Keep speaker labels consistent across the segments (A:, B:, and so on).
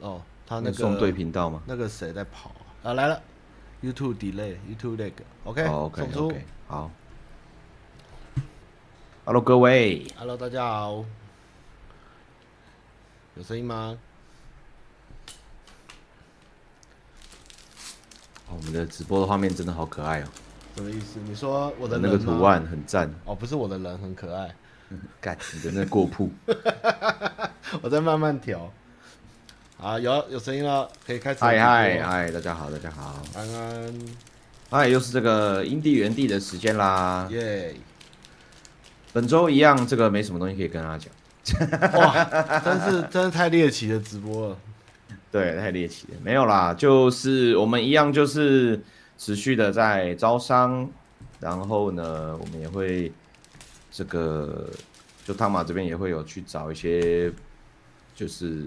A: 哦，他那个
B: 送对频道吗？
A: 那个谁在跑啊？啊来了，YouTube delay，YouTube lag，OK，、
B: 哦，OK
A: 送出。
B: OK，好。Hello，各位，
A: Hello，大家好，有声音吗？
B: 哦我们的直播的画面真的好可爱哦，
A: 什么意思？你说我的人
B: 那个
A: 吗
B: 图？案很赞，
A: 哦，不是我的人很可爱，
B: 干你的那过铺，
A: 我在慢慢调。啊，有有声音了，可以开始。
B: 嗨嗨，啊嗨，大家好，大家好，
A: 安安，
B: 嗨，又是这个因地原地的时间啦。
A: 耶！
B: 本周一样，这个没什么东西可以跟大家讲，
A: 哇，真是真是太猎奇的直播了。
B: 对，太猎奇了，没有啦，就是我们一样就是持续的在招商，然后呢，我们也会这个就汤马这边也会有去找一些，就是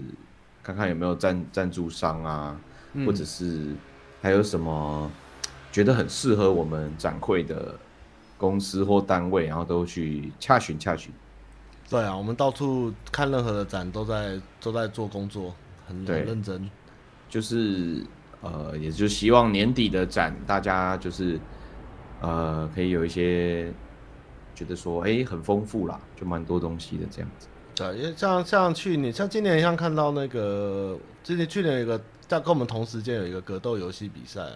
B: 看看有没有赞赞助商啊，或者是还有什么觉得很适合我们展会的公司或单位，然后都去洽询洽询。
A: 对啊，我们到处看任何的展，都在都在做工作，很
B: 对
A: 很认真。
B: 就是呃，也就希望年底的展，大家就是呃，可以有一些觉得说，哎、很丰富啦，就蛮多东西的这样子。
A: 对，因为像像去年，像今年像看到那个，今年去年有一个在跟我们同时间有一个格斗游戏比赛、啊，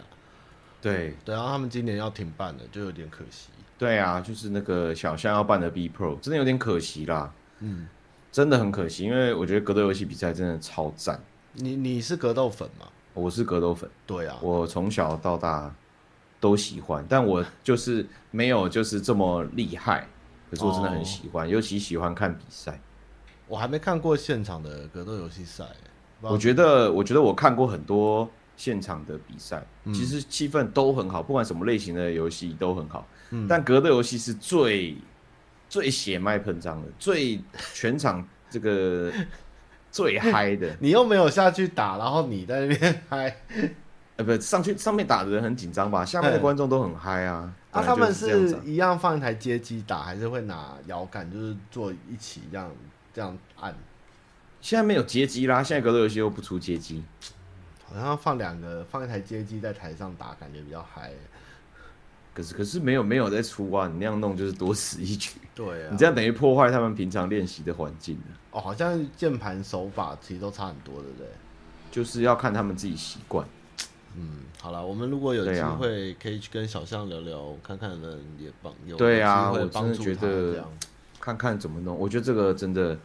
B: 对，
A: 对，然后他们今年要停办了，就有点可惜。
B: 对啊，就是那个小象要办的 B Pro，真的有点可惜啦，
A: 嗯，
B: 真的很可惜，因为我觉得格斗游戏比赛真的超赞。
A: 你你是格斗粉吗？
B: 我是格斗粉，
A: 对啊，
B: 我从小到大都喜欢，但我就是没有就是这么厉害，可是我真的很喜欢，尤其喜欢看比赛。
A: 我还没看过现场的格斗游戏赛、不知道
B: 我觉得，我觉得我看过很多现场的比赛，
A: 嗯
B: 其实气氛都很好，不管什么类型的游戏都很好。
A: 嗯
B: 但格斗游戏是最最血脉喷张的，最全场这 个最嗨的。
A: 你又没有下去打，然后你在那边 嗨
B: 呃，不，上去上面打的人很紧张吧？下面的
A: 嗯
B: 观众都很嗨啊。
A: 啊？
B: 本来
A: 他们
B: 就是这样子
A: 是
B: 啊
A: 一样放一台街机打，还是会拿摇杆，就是坐一起这样这样按？
B: 现在没有街机啦，现在格斗游戏又不出街机。
A: 好像放两个放一台街机在台上打，感觉比较嗨、
B: 可是可是没有没有在出啊，你那样弄就是多此一举，
A: 对啊，
B: 你这样等于破坏他们平常练习的环境了。
A: 哦，好像键盘手法其实都差很多，对不对？
B: 就是要看他们自己习惯。
A: 嗯，好了，我们如果有
B: 对
A: 机
B: 啊
A: 会可以去跟小象聊聊，看看能也帮有
B: 对啊
A: 有机会
B: 我真
A: 帮
B: 的
A: 助
B: 觉
A: 他
B: 得
A: 这样。
B: 看看怎么弄。我觉得这个真的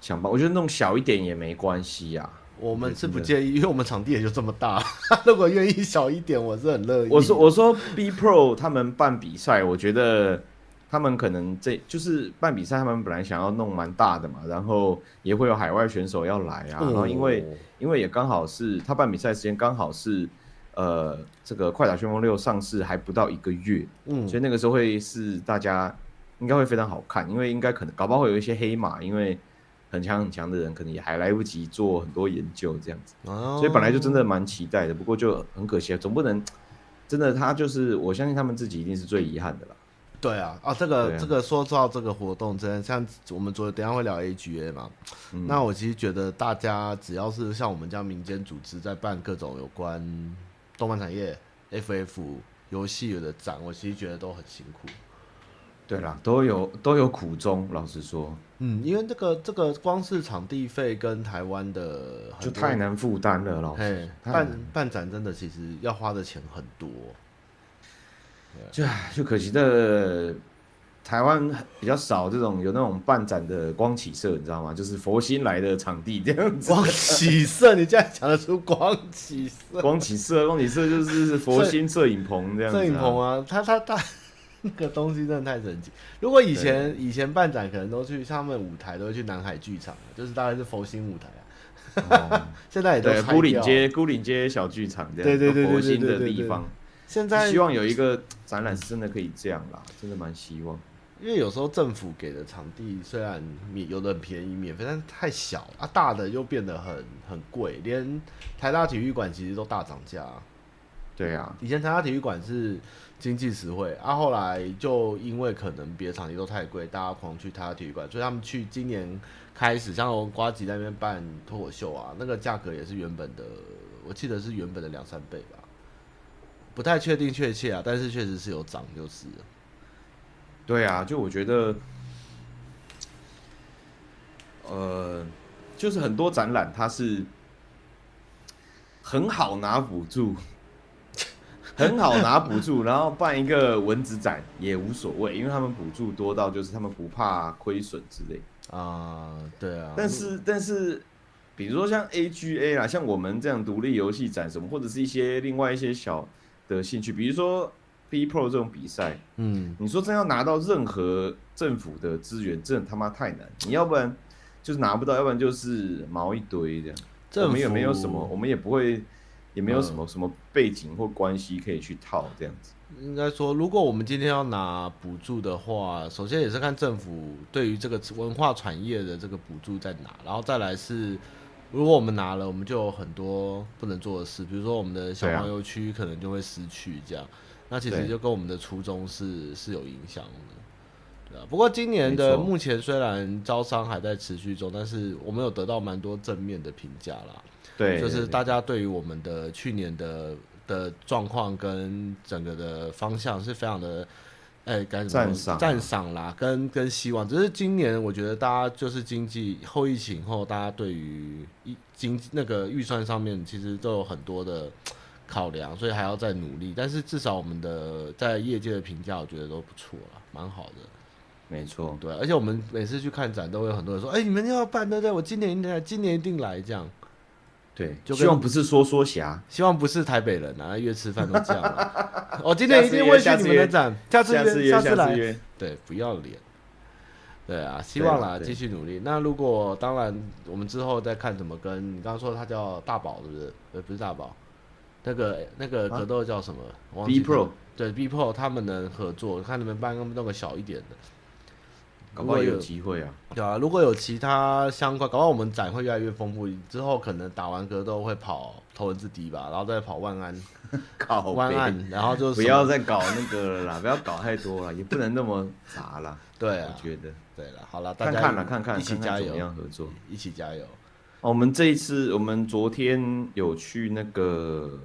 B: 想吧，我觉得弄小一点也没关系啊呀、
A: 我们是不
B: 真的
A: 介意，因为我们场地也就这么大， 如果愿意小一点，我是很乐意。
B: 我说我说 B Pro 他们办比赛，我觉得他们可能这就是办比赛，他们本来想要弄蛮大的嘛，然后也会有海外选手要来啊，
A: 哦
B: 然后因为因为也刚好是他办比赛时间刚好是。呃，这个《快打旋风六》上市还不到一个月，
A: 嗯，
B: 所以那个时候会是大家应该会非常好看，因为应该可能搞不好会有一些黑马，因为很强很强的人可能也还来不及做很多研究这样子，
A: 所
B: 所以本来就
A: 哦
B: 真的蛮期待的，不过就很可惜，啊总不能真的他就是我相信他们自己一定是最遗憾的啦。
A: 对啊，啊，这个、
B: 对啊
A: 这个说到这个活动，真的像我们昨等一下会聊 AGA 嘛，
B: 嗯
A: 那我其实觉得大家只要是像我们这样民间组织在办各种有关动漫产业、FF 游戏的展，我其实觉得都很辛苦。
B: 对啦，都有都有苦衷，老实说
A: 嗯，因为这个这个光是场地费跟台湾的
B: 就
A: 很多
B: 太难负担了，老
A: 嘿
B: 师。太难
A: 办办展真的其实要花的钱很多。
B: 就唉 就可惜的，台湾比较少这种有那种办展的光启社，你知道吗？就是佛心来的场地这样子。
A: 光启社，你竟然讲得出光启社
B: 光启社，光启社就是佛心摄影棚这样子、哦
A: 摄影棚， 啊？他他他那个东西真的太神奇。如果以前以前办展可能都去像他们舞台都会去南海剧场，就是大概是佛心舞台啊，现在也都
B: 对，
A: 拆
B: 孤岭
A: 掉
B: 街孤岭街小剧场这样，
A: 对对对对
B: 佛心
A: 对对
B: 的
A: 对
B: 地方。
A: 啊现在
B: 希望有一个展览是真的可以这样啦，真的蛮希望。
A: 因为有时候政府给的场地虽然免有的很便宜免费，但是太小啊，大的又变得很很贵，连台大体育馆其实都大涨价啊、
B: 对啊，
A: 以前参加体育馆是经济实惠，啊，后来就因为可能别的场地都太贵，大家狂去参加体育馆，所以他们去今年开始，像我们瓜吉在那边办脱口秀啊，那个价格也是原本的，我记得是原本的两三倍吧，不太确定确切啊，但是确实是有涨，就是了
B: 对啊，就我觉得，呃，就是很多展览它是很好拿补助， 很好拿补助，然后办一个文字展也无所谓，因为他们补助多到就是他们不怕亏损之类。
A: 啊、对啊，
B: 但是但是，比如说像 AGA 啦，像我们这样独立游戏展什么，或者是一些另外一些小的兴趣，比如说 B Pro 这种比赛，
A: 嗯，
B: 你说真要拿到任何政府的资源，真的他妈太难。你要不然就是拿不到，要不然就是毛一堆这样。
A: 政府嗯
B: 我们也没有什么，我们也不会，也没有什么、什么背景或关系可以去套这样子。
A: 应该说，如果我们今天要拿补助的话，首先也是看政府对于这个文化产业的这个补助在哪，然后再来是，如果我们拿了，我们就有很多不能做的事，比如说我们的小
B: 对啊
A: 黄油区可能就会失去这样，那其实
B: 对
A: 就跟我们的初衷是是有影响的，对啊。不过今年的
B: 没错
A: 目前虽然招商还在持续中，但是我们有得到蛮多正面的评价啦。
B: 对，
A: 就是
B: 大
A: 大家对于我们的去年的的状况跟整个的方向是非常的，哎，该怎么
B: 赞赏啊
A: 赞赏啦，跟跟希望。只是今年我觉得大家就是经济后疫情后，大家对于一经那个预算上面其实都有很多的考量，所以还要再努力。但是至少我们的在业界的评价，我觉得都不错了，蛮好的。
B: 没错，
A: 对，啊而且我们每次去看展，都会有很多人说：“哎，你们要办对不对？我今年一定来，今年一定来。”这样。
B: 对，
A: 就跟
B: 希望不是说说侠，
A: 希望不是台北人啊，约吃饭都这样了。 我、今天一定会去你们的展，下次
B: 下次
A: 约，
B: 约，
A: 下
B: 下次
A: 来。
B: 约，
A: 对，不要脸。对啊，希望啦，
B: 对
A: 继续努力。那如果当然，我们之后再看怎么跟你刚刚说他叫大宝，是不是？呃，不是大宝，那个那个格斗叫什么、我忘记
B: 啊 B Pro
A: 了对 B Pro 他们能合作，看能不能办弄个小一点的。
B: 搞不好也有机会啊。
A: 对啊，如果有其他相关，搞不好我们展会越来越丰富。之后可能打完格斗会跑头文字 D 吧，然后再跑万安。
B: 靠
A: 湾
B: 北
A: 岸，然后就是
B: 不要再搞那个了啦，不要搞太多了，也不能那么杂啦。
A: 对啊
B: 我，觉得
A: 对了，好了，大
B: 看
A: 家
B: 看了看看，
A: 一起
B: 看看
A: 加
B: 怎么
A: 油，
B: 样合作。哦
A: 一起加油。
B: 我们这一次，我们昨天有去那个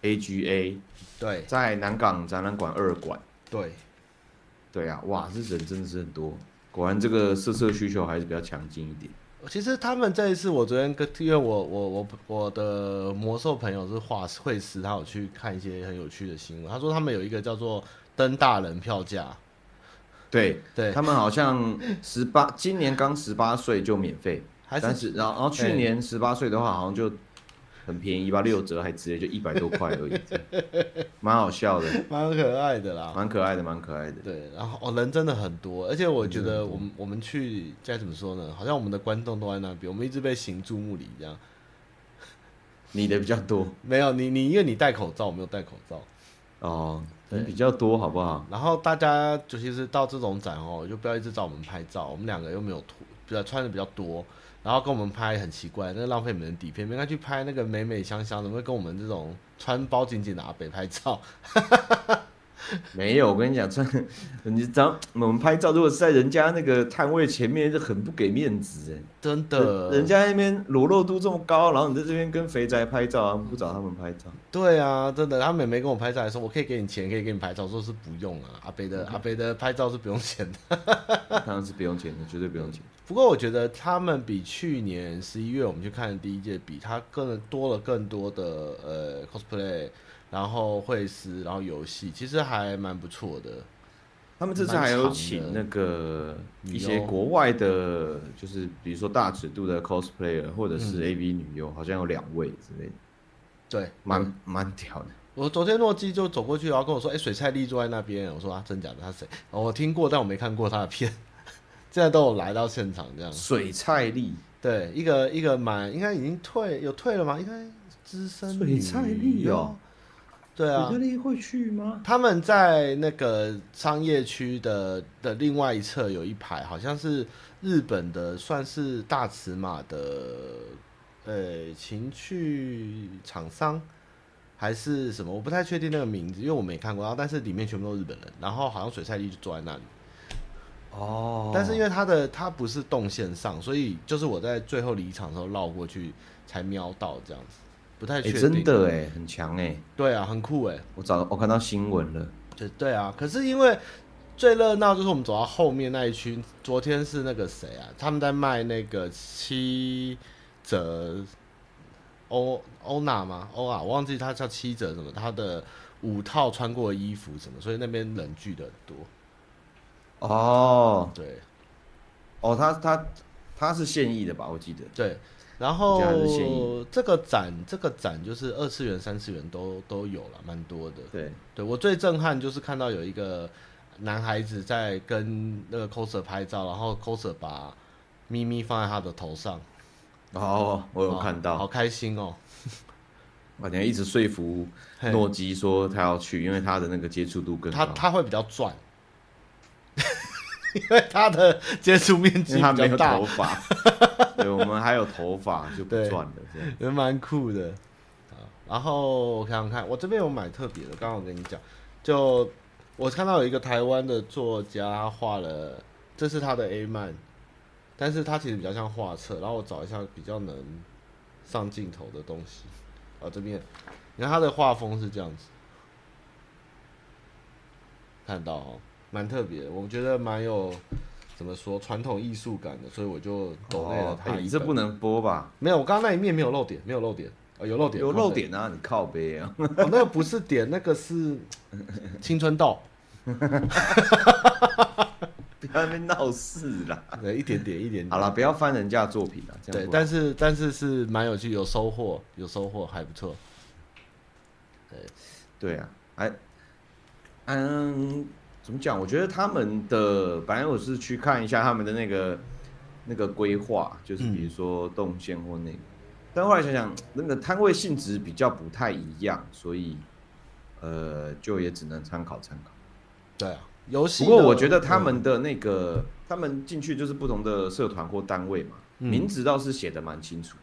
B: AGA，
A: 对
B: 在南港展览馆二馆。
A: 对，
B: 对啊，哇，这人真的是很多，果然这个色色需求还是比较强劲一点。
A: 其实他们这一次，我昨天跟因为我我我我的魔兽朋友是画会师，他有去看一些很有趣的新闻。他说他们有一个叫做“登大人票价
B: 对，”，
A: 对，
B: 他们好像十八，今年刚十八岁就免费，
A: 还
B: 但
A: 是
B: 是然后然后去
A: 对
B: 年十八岁的话，好像就很便宜吧，六折还直接就一百多块而已，这样蛮好笑的，
A: 蛮可爱的啦。
B: 蛮可爱的，蛮可爱的。
A: 对，然后哦，人真的很多，而且我觉得我们我们去该怎么说呢？好像我们的观众都在那边，我们一直被行注目礼一样。
B: 你的比较多
A: 没有你你，因为你戴口罩，我没有戴口罩。
B: 哦，你比较多好不好？
A: 然后大家就其实到这种展哦，就不要一直找我们拍照，我们两个又没有图，比较穿的比较多，然后跟我们拍很奇怪，那浪费你们的底片，没该去拍那个美美香香的，怎么会跟我们这种穿包紧紧的阿北拍照？
B: 没有，我跟你讲，这 你知道我们拍照，如果是在人家那个摊位前面，就很不给面子哎。
A: 真的，
B: 人人家那边裸露度这么高，然后你在这边跟肥宅拍照啊，不找他们拍 照，
A: 对啊，真的，他美眉跟我拍照还说，我可以给你钱，可以给你拍照，我说是不用啊，阿北的阿北的拍照是不用钱的。
B: 当然是不用钱的，绝对不用钱。
A: 不过我觉得他们比去年十一月我们去看的第一届比，它更多了更多的呃 cosplay，然后会师，然后游戏，其实还蛮不错的。
B: 他们这次
A: 蛮
B: 还有
A: 长的
B: 请那个
A: 女
B: 一些
A: 优
B: 国外的，就是比如说大尺度的 cosplayer 或者是 AV 女优，好像有两位之类的，
A: 对，
B: 蛮蛮屌的。
A: 我昨天诺基就走过去，然后跟我说：“哎、水菜丽坐在那边。”我说：“啊，真假的？他谁？”哦，我听过，但我没看过他的片。 现在都有来到现场这样。
B: 水菜丽，
A: 对，一个一个蛮应该已经退有退了吗？应该资深
B: 水
A: 女
B: 菜丽
A: 优
B: 哦。
A: 对啊，
B: 水菜丽会去吗？
A: 他们在那个商业区的的另外一侧有一排，好像是日本的，算是大尺码的，呃，情趣厂商，还是什么，我不太确定那个名字，因为我没看过。然后但是里面全部都是日本人，然后好像水菜丽就坐在那里，
B: 哦
A: 但是因
B: 为
A: 为它的它不是动线上，所以就是我在最后离场的时候绕过去才瞄到这样子，不太
B: 哎、
A: 确定。
B: 真的哎、很强哎、
A: 对啊，很酷哎、
B: 我找我看到新闻了，
A: 对对啊，可是因为最热闹就是我们走到后面那一区，昨天是那个谁啊，他们在卖那个七折欧欧娜吗？欧啊，我忘记他叫七折什么，他的五套穿过的衣服什么，所以那边人聚的很多。
B: 哦
A: 对
B: 哦，他他他是现役的吧？我记得
A: 对，然
B: 我觉得还是现
A: 后
B: 役
A: 这个展这个展就是二次元、三次元都都有了，蛮多的。
B: 对，
A: 对我最震撼就是看到有一个男孩子在跟那个 coser 拍照，然后 coser 把咪咪放在他的头上，
B: 哦，我有看
A: 好
B: 到，
A: 开心哦。
B: 我等一直说服
A: 嘿
B: 诺基说他要去，因为他的那个接触度更
A: 他
B: 高，
A: 他会比较赚， 因为他的接触面
B: 因
A: 积
B: 为他
A: 比
B: 没
A: 较
B: 有
A: 大
B: 头，发， 对，我们还有头发就不
A: 对
B: 赚了，这样
A: 也蛮酷的。好然后我想想看，我这边有买特别的，刚刚我跟你讲，就我看到有一个台湾的作家他画了，这是他的 A 漫，但是他其实比较像画册。然后我找一下比较能上镜头的东西，啊，这边，你看他的画风是这样子，看到哦，蛮特别的，我觉得蛮有怎么说传统艺术感的，所以我就抖累了
B: 哦
A: 他一
B: 哎
A: 本。
B: 你这不能播吧？
A: 没有，我刚刚那一面没有漏点，没有漏点，哦，有漏点，
B: 有
A: 靠
B: 漏点啊，你靠背啊，
A: 北，哦，那个不是点，那个是 青春痘，
B: 不要在那边闹事啦。
A: 对，一点点，一点点。
B: 好啦，，不要翻人家的作品啦，这样
A: 对，
B: 不好
A: 但是但是是蛮有趣，有收获，有收获，还不错。
B: 对啊，哎，嗯，怎么讲？我觉得他们的，本来我是去看一下他们的那个那个规划，就是比如说动线或那个，但后来想想，那个摊位性质比较不太一样，所以呃，就也只能参考参考。
A: 对啊，游戏
B: 不
A: 的。
B: 过我觉得他
A: 嗯
B: 们的那个，他们进去就是不同的社团或单位嘛，
A: 嗯
B: 名字倒是写的蛮清楚。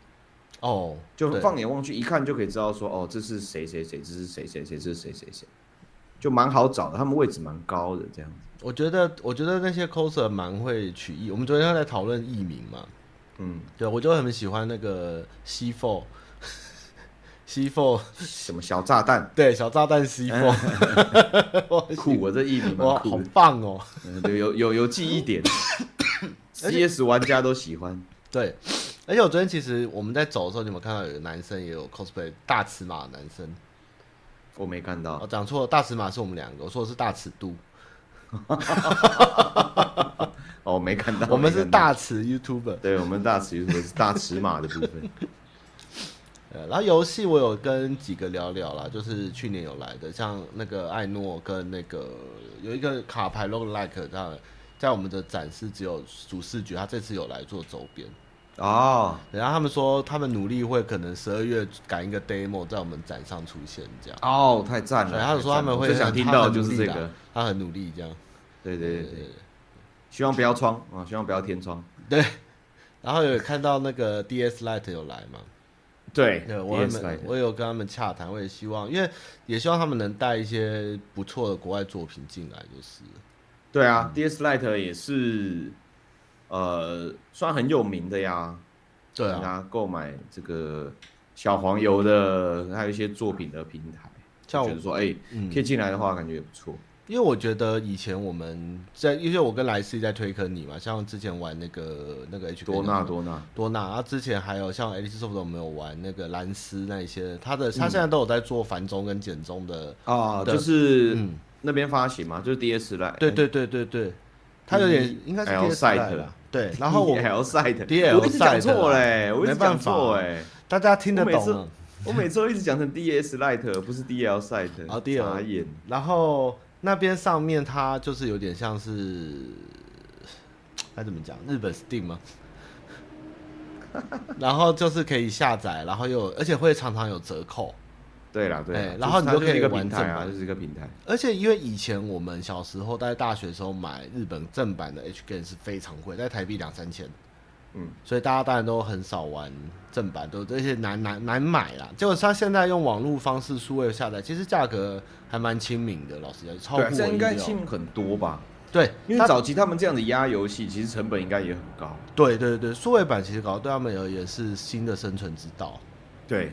A: 哦，
B: 就
A: 对
B: 放眼望去，一看就可以知道说，哦，这是谁谁谁，这是谁谁谁，这是谁谁谁，就蛮好找的，他们位置蛮高的这样子。
A: 我觉得我觉得那些 coser 蛮会取艺，我们昨天在讨论艺名嘛，
B: 嗯，
A: 对我就很喜欢那个西凤，西凤，
B: 什么小炸弹，
A: 对，小炸弹西凤， 我
B: 酷，我这艺名
A: 哇，
B: 哎蛮
A: 好
B: 酷的，
A: 棒哦。
B: 嗯对，有有有记 忆点，CS 玩家都喜欢。
A: 对，而且我昨天其实我们在走的时候，你有没有看到有个男生也有 cosplay 大尺码的男生？
B: 我没看
A: 哦，
B: 到，
A: 讲错了，大尺码是我们两个，我说的是大尺度，
B: 哦，没看到，
A: 我们
B: 没
A: 是
B: 看到，
A: 大尺 YouTuber。
B: 对，我们大尺有什么是大尺码的部 分，
A: 呃，然后游戏我有跟几个聊聊啦，就是去年有来的，像那个艾诺跟那个有一个卡牌 log like 在在我们的展示只有主视觉，他这次有来做周边。
B: 哦，
A: 然后他们说，他们努力会可能十二月赶一个 demo 在我们展上出现，这样。
B: 哦，太赞
A: 所
B: 了，
A: 以他们说
B: 太
A: 他
B: 赞了
A: 们
B: 我
A: 会
B: 最想听到就是这个，，
A: 他很努力这样。
B: 对对对对，希望不要窗啊，希望不要天窗，
A: 然后有看到那个 DS Lite 有来嘛？
B: 对
A: 对，我也
B: DS 来
A: 没
B: 的
A: 我有跟他们洽谈，我也希望，因为也希望他们能带一些不错的国外作品进来，就是了
B: 对啊、d s Lite 也是，呃，算很有名的呀。
A: 对啊，
B: 他购买这个小黄油的，还有一些作品的平台，
A: 像我
B: 就觉得说，哎、
A: 嗯
B: 可以进来的话，感觉也不错。
A: 因为我觉得以前我们在，因为我跟莱斯在推坑你嘛，像之前玩那个那个 H
B: 多纳多纳，
A: 多纳，啊，之前还有像 a l i c e Soft 我们有玩那个蓝斯那一些，他的他现在都有在做繁中跟简中的，
B: 啊，
A: 对
B: 就是
A: 嗯，
B: 那边发行嘛，就是 DS Lite，
A: 对对对对对，他有点应该是
B: DL
A: DS
B: Site
A: Lite 啦对，然后 我
B: DL Site，
A: DL
B: 我一直讲
A: Site 啊
B: 错嘞，我一直
A: 没办
B: 讲
A: 法
B: 错哎，
A: 大家听得
B: 我每
A: 懂啊
B: 次
A: 了。
B: 我每次都一直讲成 DS Lite，不是 DL Site，
A: 啊，DL
B: 傻眼，
A: 然后那边上面它就是有点像是，该怎么讲？日本 Steam 吗？ 然后就是可以下载，然后又而且会常常有折扣，
B: 对啦对啦
A: 哎，
B: 就是
A: 然后你
B: 它
A: 就
B: 就
A: 可
B: 是
A: 以
B: 一个
A: 玩
B: 平台啊，
A: 正版
B: 就是一个平台。
A: 而且因为以前我们小时候在大学的时候买日本正版的 H game 是非常贵，在台币两三千，
B: 嗯，
A: 所以大家当然都很少玩正版，都而且难难难买啦。结果他现在用网络方式数位下载，其实价格还蛮亲民的，老实讲，超过
B: 对啊，
A: 我
B: 这样应
A: 意
B: 该
A: 料
B: 性很多吧？
A: 对，
B: 因为
A: 它
B: 早期他们这样子压游戏，其实成本应该也很高。
A: 对对对，数位版其实搞得对他们而言是新的生存之道，
B: 对，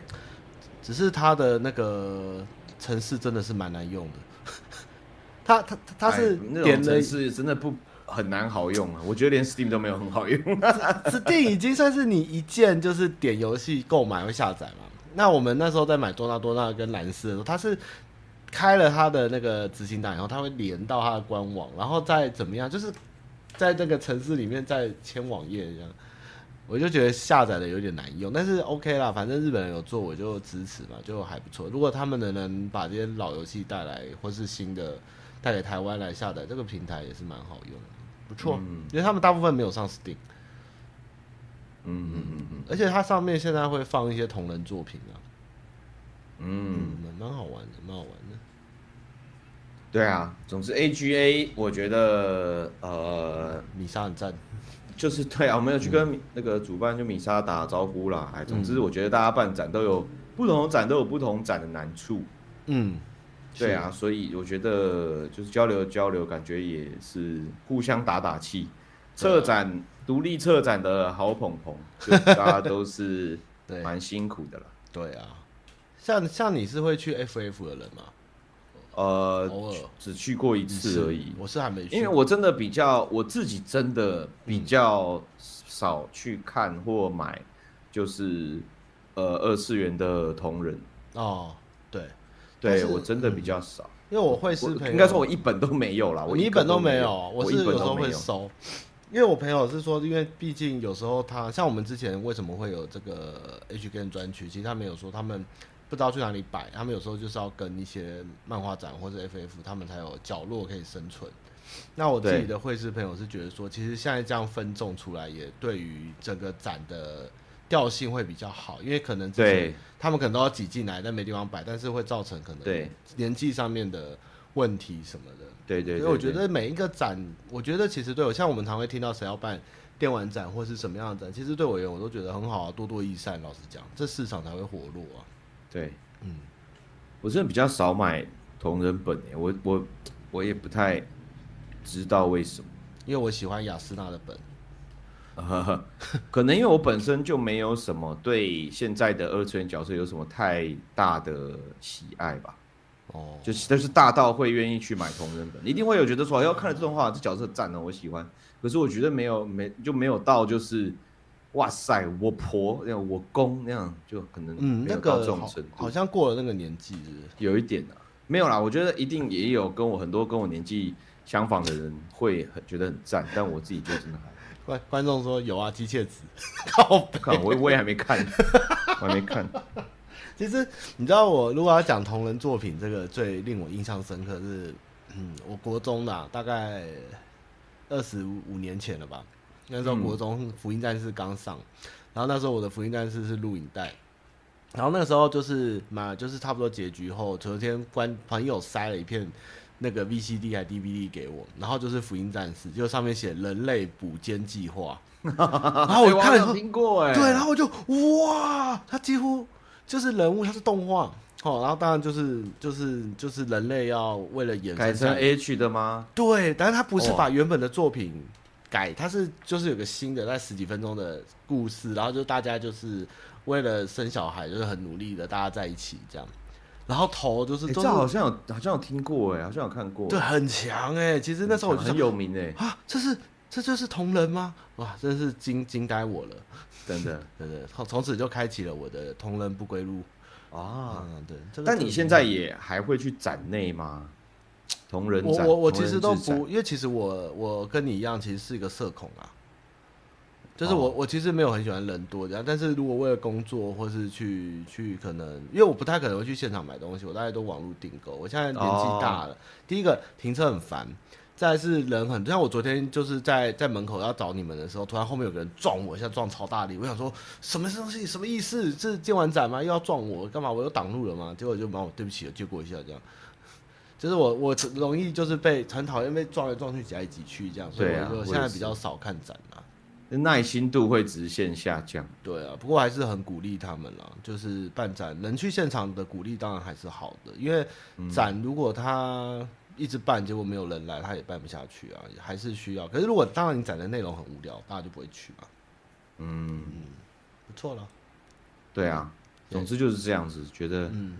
A: 只是它的那个城市真的是蛮难用的。 它它它它是
B: 哎那
A: 点
B: 种
A: 了
B: 程式真的不很难好用啊，我觉得连 Steam 都没有很好用。
A: Steam 已经算是你一键就是点游戏购买会下载嘛。那我们那时候在买多纳多纳跟蓝色的时候，它是开了它的那个执行档以后，它会连到它的官网，然后再怎么样，就是在那个城市里面再签网页这样。我就觉得下载的有点难用，但是 OK 啦，反正日本人有做，我就支持嘛，就还不错。如果他们能能把这些老游戏带来，或是新的带给台湾来下载，这个平台也是蛮好用的，不错。因为他们大部分没有上 Steam。
B: 嗯嗯嗯嗯
A: 而且它上面现在会放一些同人作品啊，
B: 嗯，
A: 嗯，蛮蛮好玩的，蛮好玩的。
B: 对啊，总之 AGA 我觉得呃
A: 米沙很赞，
B: 就是对啊，我们有去跟那个主办就米莎打招呼啦。哎，总之我觉得大家办展都有不同的展都有不同展的难处。
A: 嗯，
B: 对啊，所以我觉得就是交流交流，感觉也是互相打打气。策展独立策展的好捧捧，就大家都是
A: 对啊
B: 蛮辛苦 的啦。
A: 对啊，像像你是会去 FF 的人吗？
B: 呃，
A: 偶尔
B: 只去过一次而已，
A: 我是还没去，
B: 因为我真的比较我自己真的比较少去看或买，就是呃二次元的同人，
A: 哦，对，但
B: 对
A: 是
B: 我真的比较少。
A: 因为我嗯会是
B: 我
A: 朋友
B: 应该说我一本都没有啦，我
A: 你
B: 一
A: 一本
B: 都
A: 都没
B: 有，
A: 有，我
B: 我
A: 是
B: 一本
A: 有时
B: 都
A: 候
B: 没
A: 会
B: 有。
A: 收，因为我朋友是说，因为毕竟有时候他像我们之前为什么会有这个 H K 专区，其实他们有说他们不知道去哪里摆，他们有时候就是要跟一些漫画展或者 F F，他们才有角落可以生存。那我自己
B: 对
A: 的会师朋友是觉得说，其实现在这样分众出来，也对于整个展的调性会比较好，因为可能之前
B: 对
A: 他们可能都要挤进来，但没地方摆，但是会造成可能
B: 对
A: 年纪上面的问题什么的。
B: 对对，
A: 所以我
B: 对
A: 觉得每一个展，我觉得其实对我，像我们常会听到谁要办电玩展或是什么样的展，其实对我而言我都觉得很好啊，多多益善。老实讲，这市场才会活络啊。
B: 对，
A: 嗯，
B: 我真的比较少买同人本诶、我我我也不太知道 为什么。
A: 因为我喜欢雅诗娜的本，
B: 呃，可能因为我本身就没有什么对现在的二次元角色有什么太大的喜爱吧，
A: 哦，
B: 就是但是大到会愿意去买同人本，一定会有觉得说，哎呦，看了这动画，这角色赞哦，我喜欢。可是我觉得没有没就没有到就是，哇塞，我婆那样，我公那样，就可能
A: 嗯，
B: 没
A: 那
B: 有到这
A: 个
B: 种
A: 好
B: 程度。
A: 好像过了那个年纪是不是
B: 有一点啊，没有啦，我觉得一定也有跟我很多跟我年纪相仿的人会很觉得很赞，但我自己就真的 还
A: 观观众说有啊，机械子靠北。
B: 看我我也还没看，我还没看，
A: 其实你知道我如果要讲同人作品，这个最令我印象深刻是，嗯，我国中啦，大概二十五年前了吧。那时候国中《福音战士》刚上，然后那时候我的《福音战士》是录影带，然后那个时候就是嘛，就是差不多结局后，昨天关朋友塞了一片那个 VCD 还 DVD 给我，然后就是《福音战士》，就上面写“人类捕歼计划”， 然后
B: 哎
A: 我看
B: 好
A: 了
B: 像
A: 以后，
B: 听过哎、
A: 对，然后我就哇，他几乎就是人物，他是动画哦，然后当然就是就是就是人类要为了演
B: 改成 H 的吗？
A: 对，但是他不是
B: 哇
A: 把原本的作品改，他是就是有个新的，在十几分钟的故事，然后就大家就是为了生小孩，就是很努力的，大家在一起这样，然后头就是
B: 哎
A: 都是、
B: 这好像有好像有听过哎、好像有看过，
A: 对，很强哎、其实那时候我就
B: 很
A: 想
B: 有名哎、
A: 啊，这是这就是同人吗？哇，真是惊惊呆我了，
B: 真的
A: 对对，从从此就开启了我的同人不归路。
B: 啊。
A: 嗯，对。这个
B: 但
A: 这个
B: 你现在也还会去展内吗？同人
A: 我
B: 展，
A: 我我
B: 同
A: 其
B: 人
A: 实都
B: 志展
A: 不，因为其实我我跟你一样，其实是一个社恐啊。就是
B: 哦
A: 我、我其实没有很喜欢人多这样，但是如果为了工作或是去去可能，因为我不太可能会去现场买东西，我大概都网络订购。我现在年纪大了，
B: 哦
A: 第一个停车很烦，再来是人很，像我昨天就是在在门口要找你们的时候，突然后面有个人撞我，一下撞超大力，我想说什么东西什么意思？是今晚展吗？又要撞我干嘛？我又挡路了吗？结果就忙我对不起，借过一下这样。就是我我容易就是被很讨厌被撞来撞去挤来挤去这样，所以
B: 对啊
A: 我就
B: 我
A: 现在
B: 也是
A: 比较少看展啦、
B: 耐心度会直线下降。
A: 对啊，不过还是很鼓励他们啦，就是办展能去现场的鼓励当然还是好的，因为展如果他一直办，结果没有人来，他也办不下去啊，还是需要。可是如果当然你展的内容很无聊，大家就不会去嘛。
B: 嗯，
A: 不错了，
B: 对啊，
A: 嗯对
B: 总之就是这样子，觉得，
A: 嗯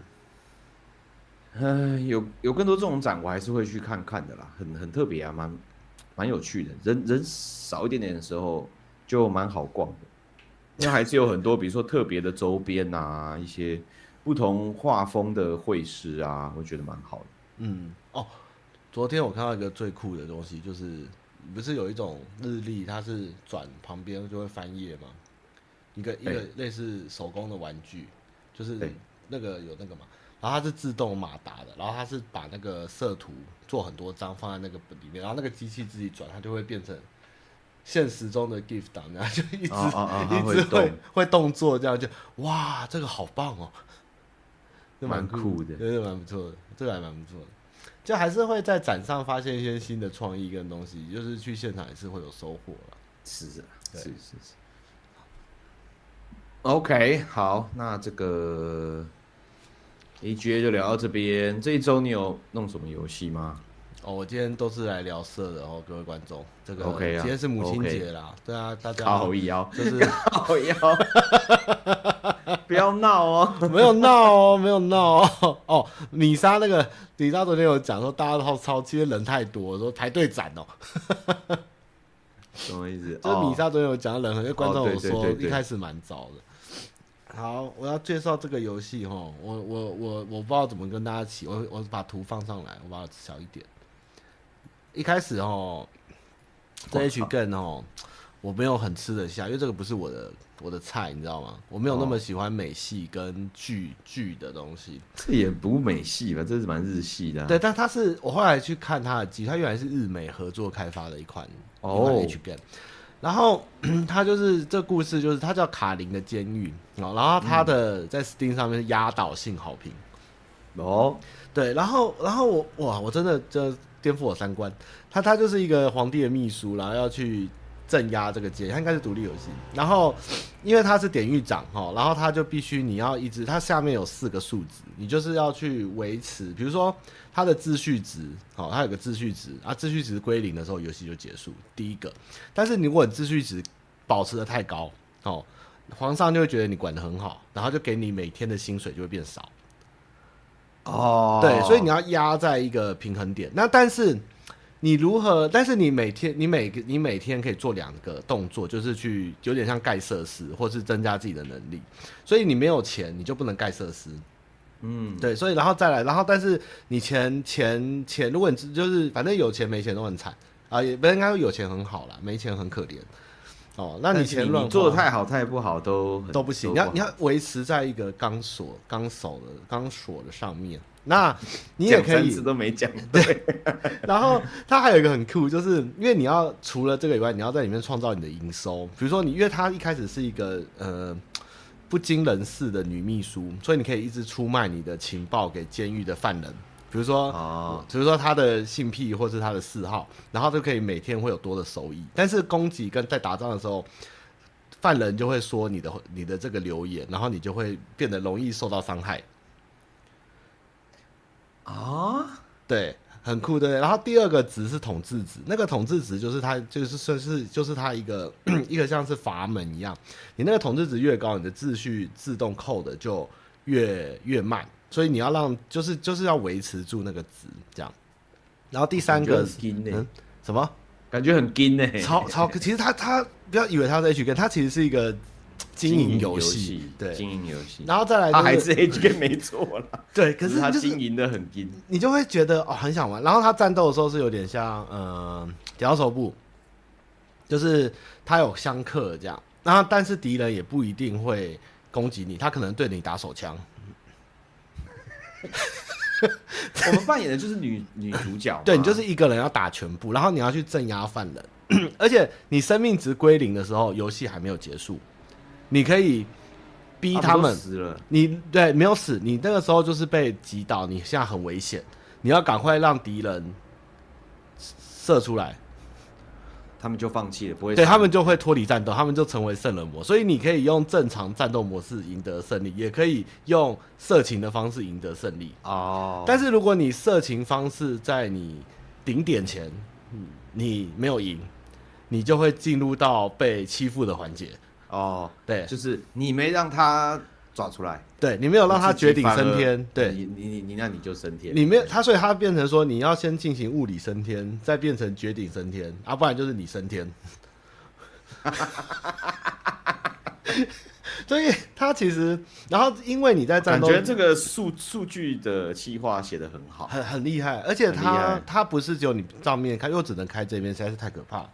B: 唉，有有更多这种展，我还是会去看看的啦，很很特别啊，蛮蛮有趣的。人人少一点点的时候，就蛮好逛的，因为还是有很多，比如说特别的周边啊，一些不同画风的绘师啊，我觉得蛮好的。
A: 嗯哦，昨天我看到一个最酷的东西，就是不是有一种日历，它是转旁边就会翻页吗？一个一个
B: 对
A: 类似手工的玩具，就是
B: 对
A: 那个有那个嘛，然后它是自动马达的，然后它是把那个色图做很多张放在那个里面，然后那个机器自己转，它就会变成现实中的 GIF 档，然后就一直、
B: 哦哦 哦它
A: 一
B: 会
A: 直
B: 动
A: 会会动作，这样就哇，这个好棒哦，这
B: 蛮
A: 酷
B: 酷的
A: 对，这蛮不错的，这个还蛮不错的。就还是会在展上发现一些新的创意跟东西，就是去现场也是会有收获啦。
B: 是啊，
A: 对
B: 是是是。OK，好，那这个 AGA 就聊到这边。这一周你有弄什么游戏吗？
A: 哦，我今天都是来聊色的哦，各位观众，这个
B: OK 啊
A: 今天是母亲节啦对啊，大家
B: 靠腰，
A: 就是
B: 靠 腰，不要闹哦。
A: 没有闹哦，没有闹哦。哦，米莎那个米莎昨天有讲说，大家都超今天人太多，说排队展哦。
B: 什么意思？
A: 就是米
B: 哦，
A: 莎昨天有讲到人，很多观众
B: 哦
A: 有
B: 对对
A: 说
B: 对对
A: 一开始蛮早的。好，我要介绍这个游戏哈，我我我我不知道怎么跟大家起，我我把图放上来，我把它小一点。一开始哦，这
B: 哇
A: H 更哦，我没有很吃得下，因为这个不是我的我的菜，你知道吗？我没有
B: 哦
A: 那么喜欢美系跟剧剧的东西。
B: 这也不美系吧？这是蛮日系的啊、
A: 对，但它是我后来去看它的机，它原来是日美合作开发的一款
B: 哦
A: 一款 H game。然后 它就是这故事就是它叫卡林的监狱哦，然后它
B: 嗯
A: 的在 Steam 上面是压倒性好评，
B: 哦，
A: 对，然后然后我哇，我真的这颠覆我三观，他他就是一个皇帝的秘书，然后要去镇压这个街，他应该是独立游戏，然后因为他是典狱长哈，然后他就必须你要一直，他下面有四个数值，你就是要去维持，比如说他的秩序值，好，他有个秩序值啊，秩序值归零的时候，游戏就结束，第一个，但是你如果你秩序值保持的太高，哦，皇上就会觉得你管的很好，然后就给你每天的薪水就会变少。
B: 哦，
A: 对，所以你要压在一个平衡点。那但是你如何？但是你每天，你每个，你每天可以做两个动作，就是去有点像盖设施，或是增加自己的能力。所以你没有钱，你就不能盖设施。
B: 嗯，
A: 对，所以然后再来，然后但是你钱钱钱，如果你是就是反正有钱没钱都很惨啊，也不应该说有钱很好啦，没钱很可怜。哦，那
B: 但
A: 你
B: 是你
A: 钱乱
B: 你
A: 花
B: 做的太好太不好都很
A: 都不行，你
B: 好
A: 要你要维持在一个钢索钢索的钢索的上面。那你也
B: 讲
A: 可
B: 三
A: 以
B: 次都没讲对，
A: 然后它还有一个很酷，就是因为你要除了这个以外，你要在里面创造你的营收。比如说你，因为它一开始是一个呃不经人事的女秘书，所以你可以一直出卖你的情报给监狱的犯人。比如说，
B: 哦
A: 比如说他的性癖或是他的嗜好，然后就可以每天会有多的收益。但是攻击跟在打仗的时候，犯人就会说你的你的这个留言，然后你就会变得容易受到伤害。
B: 啊，
A: 对，很酷，对不对？然后第二个值是统治值，那个统治值就是它就是算是就是它一个 一个像是阀门一样，你那个统治值越高，你的秩序自动扣的就越越慢，所以你要让就是就是要维持住那个值这样。然后第三个
B: 感觉很硬欸
A: 嗯什么？
B: 感觉很硬呢、欸，
A: 超超，其实它它不要以为它是 H 跟，它其实是一个经营游戏，对。
B: 经营游戏，
A: 然后再来、就是，
B: 他还是 H K 没错 啦，
A: 对，可
B: 只
A: 是
B: 他
A: 就是
B: 经营的很硬，
A: 你就会觉得哦很想玩。然后他战斗的时候是有点像呃剪刀手部，就是他有相克这样。然后但是敌人也不一定会攻击你，他可能对你打手枪。
B: 我们扮演的就是 女女主角嘛，
A: 对你就是一个人要打全部，然后你要去镇压犯人， 而且你生命值归零的时候，游戏还没有结束，你可以逼他
B: 们
A: 们
B: 都死了，
A: 你对没有死，你那个时候就是被击倒，你现在很危险，你要赶快让敌人射射出来。
B: 他们就放弃了，不会
A: 对
B: 上
A: 他们就会脱离战斗，他们就成为圣人魔。所以你可以用正常战斗模式赢得胜利，也可以用色情的方式赢得胜利。
B: 哦，
A: 但是如果你色情方式在你顶点前，嗯你没有赢，你就会进入到被欺负的环节。
B: 哦，
A: 对
B: 就是你没让他抓出来，
A: 对你没有让他
B: 你自己
A: 绝顶
B: 反而嗯
A: 升天，对
B: 你你你你那你就升天，
A: 你没有他，所以他变成说你要先进行物理升天，再变成绝顶升天，啊，不然就是你升 天。所以他其实，然后因为你在战
B: 感
A: 斗，
B: 觉这个数数据的企划写的很好，
A: 很很厉害，而且
B: 很厉
A: 它
B: 害
A: 它不是只有你账面开，又只能开这边，实在是太可怕。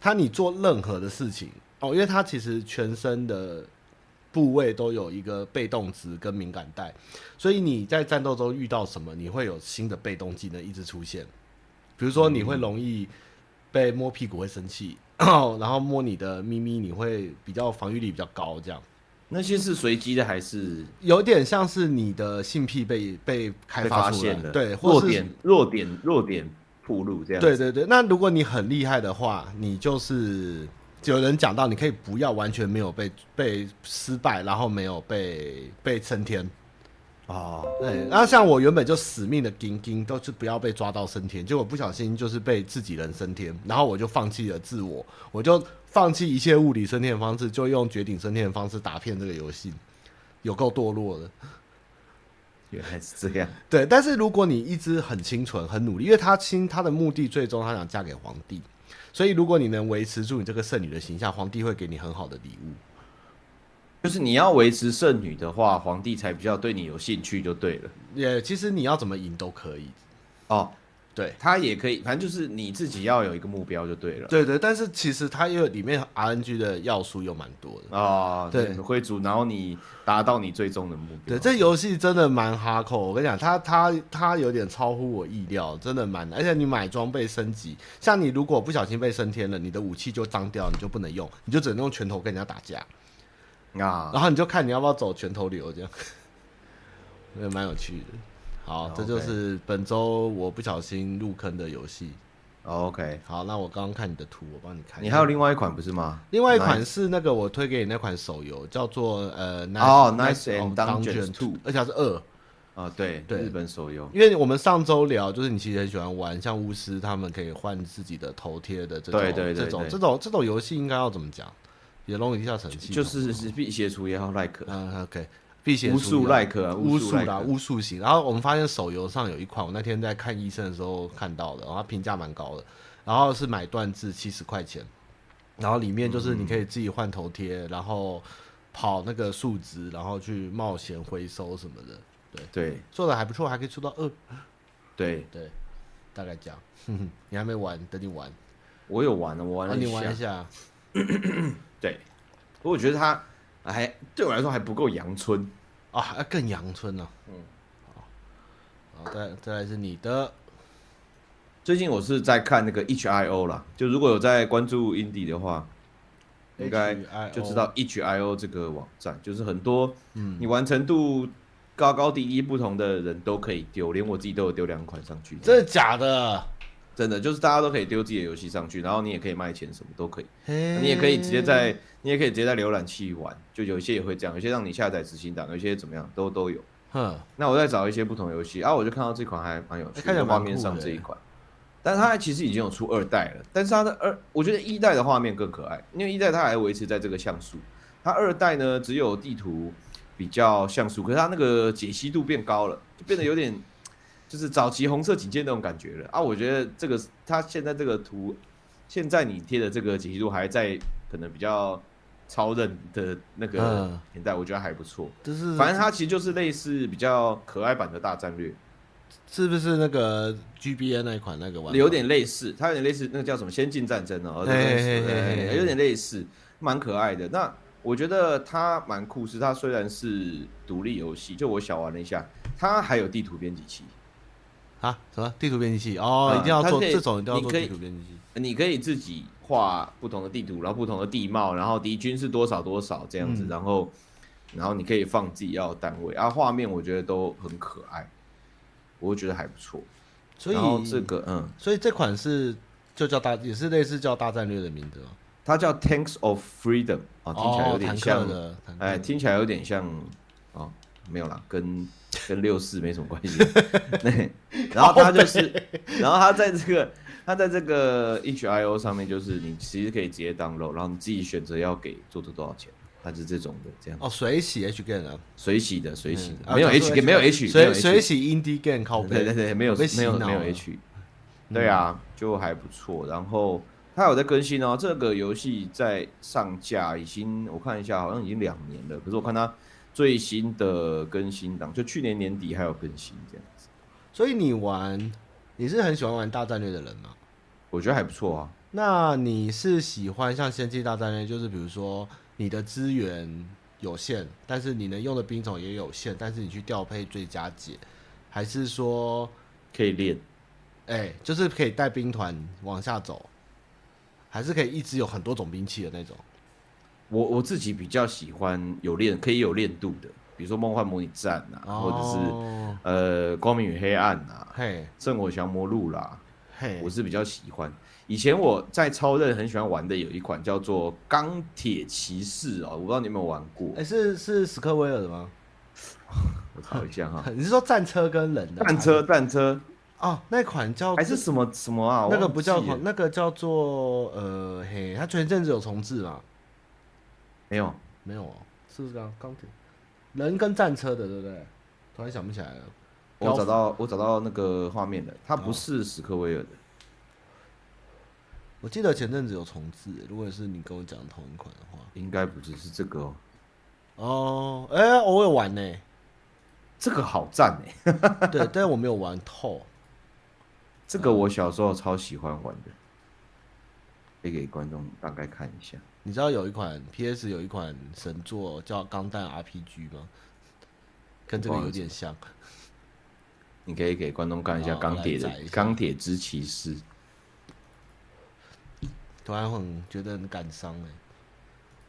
A: 它你做任何的事情哦，因为它其实全身的部位都有一个被动值跟敏感带，所以你在战斗中遇到什么，你会有新的被动技能一直出现。比如说你会容易被摸屁股会生气， 然后摸你的咪咪，你会比较防御力比较高，这样
B: 那些是随机的还是
A: 有点像是你的性癖被被开
B: 被
A: 发
B: 发
A: 出来，
B: 现的？
A: 对，或
B: 弱
A: 是
B: 点弱点弱点铺路这样，
A: 对，对对，那如果你很厉害的话，你就是有人讲到，你可以不要完全没有被被失败，然后没有被被升天。
B: 哦，
A: 对，那像我原本就死命的盯盯，都是不要被抓到升天，结果不小心就是被自己人升天，然后我就放弃了自我，我就放弃一切物理升天的方式，就用绝顶升天的方式打骗这个游戏，有够堕落的。
B: 原来是这样，
A: 对，但是如果你一直很清纯、很努力，因为她亲她的目的最终她想嫁给皇帝，所以如果你能维持住你这个剩女的形象，皇帝会给你很好的礼物。
B: 就是你要维持剩女的话，皇帝才比较对你有兴趣就对了。
A: 也其实你要怎么赢都可以，
B: 哦，
A: 对。
B: 他也可以，反正就是你自己要有一个目标就对了。
A: 对对，但是其实它又里面 RNG 的要素又蛮多的。
B: 哦，
A: 对
B: 你会主，然后你达到你最终的目
A: 对，
B: 标。
A: 这游戏真的蛮哈口，我跟你讲，它它它有点超乎我意料，真的蛮。而且你买装备升级，像你如果不小心被升天了，你的武器就脏掉，你就不能用，你就只能用拳头跟人家打架。
B: 啊，
A: 然后你就看你要不要走拳头流 这样，也蛮有趣的。好，这就
B: OK
A: 是本周我不小心入坑的游戏。
B: 哦 OK，
A: 好，那我刚刚看你的图，我帮你看一
B: 你
A: 下。
B: 还有另外一款不是吗？
A: 另外一款是那个我推给你那款手游，叫做呃
B: 哦
A: Knights
B: Knights
A: of
B: and Dungeons
A: Two，
B: Two
A: 而且它是二，
B: 啊，对，
A: 对
B: 日本手游。
A: 因为我们上周聊，就是你其实很喜欢玩，像巫师他们可以换自己的头贴的这种
B: 对对对
A: 这种
B: 对
A: 这种这种游戏应该要怎么讲？也龙与地下城系统
B: 就是是辟邪除也好，like
A: 嗯，OK，辟邪
B: 巫
A: 术
B: 术
A: 要
B: like 啊，
A: 巫
B: 术
A: 术啦，
B: like，
A: 巫术型。然后我们发现手游上有一款，我那天在看医生的时候看到的，然后它评价蛮高的，然后是买断制七十块钱，然后里面就是你可以自己换头
B: 嗯
A: 贴，然后跑那个数值，然后去冒险回收什么的，
B: 对
A: 做的还不错，还可以出到二，
B: 对，
A: 对，大概这样。 哼哼你还没玩，等你玩，
B: 我有玩了，我玩
A: 啊
B: 了
A: 你玩
B: 一
A: 一
B: 下，
A: 下，
B: 对，不过我觉得它还对我来说还不够阳春，
A: 啊，还更阳春了、嗯，好，好，哦再再来是你的，
B: 最近我是在看那个 HIO 啦，就如果有在关注 Indie 的话，应该
A: HIO
B: 就知道 HIO 这个网站，就是很多你完成度高高低低不同的人都可以丢，连我自己都有丢两款上去。
A: 真的假的？
B: 真的就是大家都可以丢自己的游戏上去，然后你也可以卖钱，什么都可以。
A: 嘿
B: 你也可以直接在你也可以直接在浏览器玩，就有一些也会这样，有些让你下载执行档，有些怎么样都都有。
A: 哼。
B: 那我再找一些不同游戏啊，我就看到这款还蛮有趣
A: 哎看起来
B: 的，
A: 蛮
B: 画
A: 酷的
B: 面上这一款，但它其实已经有出二代了，但是它的二，我觉得一代的画面更可爱，因为一代它还维持在这个像素，它二代呢只有地图比较像素，可是它那个解析度变高了，就变得有点就是早期红色警戒那种感觉了啊。我觉得这个它现在这个图，现在你贴的这个解析度还在可能比较超认的那个
A: 嗯
B: 年代，我觉得还不错。
A: 就是
B: 反正它其实就是类似比较可爱版的大战略，
A: 是不是那个 G B N 那一款那个玩法？
B: 有点类似，它有点类似那个叫什么《先进战争》哦，
A: 嘿嘿嘿嘿
B: 对
A: 嘿
B: 有点类似，蛮可爱的。那我觉得它蛮酷，是它虽然是独立游戏，就我小玩了一下，它还有地图编辑器，
A: 啊什么地图编辑器哦，
B: 嗯
A: 一定要
B: 它
A: 做
B: 可以
A: 这种一定要
B: 你
A: 做
B: 可以
A: 地图编辑器。
B: 你可以自己画不同的地图，然后不同的地貌，然后敌军是多少多少这样子，
A: 嗯
B: 然后然后你可以放自己要的单位，啊，画面我觉得都很可爱，我觉得还不错。
A: 所
B: 然后
A: 以
B: 这个嗯。
A: 所以这款是就叫大，也是类似叫大战略的名字吗？
B: 它叫 Tanks of Freedom 啊、听起来有点
A: 哦
B: 像
A: 坦克，的，坦克
B: 哎，听起来有点像哦，没有啦， 跟跟六四没什么关系。 对，然
A: 哦
B: 后它就是， 然后它在这个它在这个 HIO 上面，就是你其实可以直接 download，然后你自己选择要给做出多少钱，它是这种的这样，
A: 哦，水洗 H game 啊，
B: 水洗的水洗
A: 嗯
B: 的，
A: 啊
B: 没有
A: 讲
B: H
A: 错
B: game，没有 H，没
A: 水
B: 有 H
A: 水洗 indie game 靠
B: 对
A: 背，
B: 对对，没有
A: 被洗
B: 没有
A: 脑
B: 没有
A: 了嗯
B: H，对啊，就还不错。然后它有在更新哦，这个游戏在上架已经我看一下，好像已经两年了。可是我看它最新的更新档，就去年年底还有更新这样子，
A: 所以你玩，你是很喜欢玩大战略的人吗？
B: 我觉得还不错啊。
A: 那你是喜欢像《星际大战略》，就是比如说你的资源有限，但是你能用的兵种也有限，但是你去调配最佳解，还是说，
B: 可以练，
A: 哎、就是可以带兵团往下走，还是可以一直有很多种兵器的那种？
B: 我我自己比较喜欢有练，可以有练度的，比如说《梦幻模拟战》啊，或者
A: 哦
B: 是呃《光明与黑暗》啊，
A: 嘿
B: 《圣火降魔录》啦，
A: 嘿，
B: 我是比较喜欢。以前我在超任很喜欢玩的有一款叫做《钢铁骑士》哦，我不知道你有没有玩过
A: 哎、。是是史克威尔的吗？
B: 我查一 下哈，
A: 你是说战车跟人的？
B: 战车战车
A: 哦，那款叫
B: 还是什么什么啊？
A: 那个不叫
B: 我忘记了
A: 那个叫做呃嘿，它前阵子有重置嘛？
B: 没有
A: 没有哦，是不是
B: 啊
A: 钢钢铁人跟战车的，对不对？突然想不起来了。
B: 我找到我找到那个画面了，它不
A: 哦
B: 是史克威尔的，
A: 我记得前阵子有重置，如果是你跟我讲同一款的话，
B: 应该不是是这个哦，
A: 哦，哎、我有玩呢、
B: 这个好赞哎，
A: 对， 但是我没有玩透。
B: 这个我小时候超喜欢玩的，可以给观众大概看一下。
A: 你知道有一款 PS 有一款神作叫《钢弹 RPG》吗？跟这个有点像。
B: 你可以给观众看一下
A: 好
B: 钢铁的
A: 哦来载一下
B: 钢铁之骑士，
A: 突然很觉得很感伤哎、